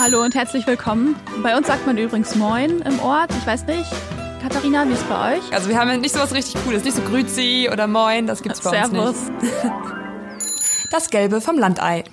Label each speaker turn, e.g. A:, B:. A: hallo und herzlich willkommen. Bei uns sagt man übrigens Moin im Ort. Ich weiß nicht. Katharina, wie ist bei euch?
B: Also wir haben nicht sowas richtig Cooles, nicht so Grüzi oder Moin, das gibt's bei
A: Servus.
B: uns nicht. Das Gelbe vom Landei.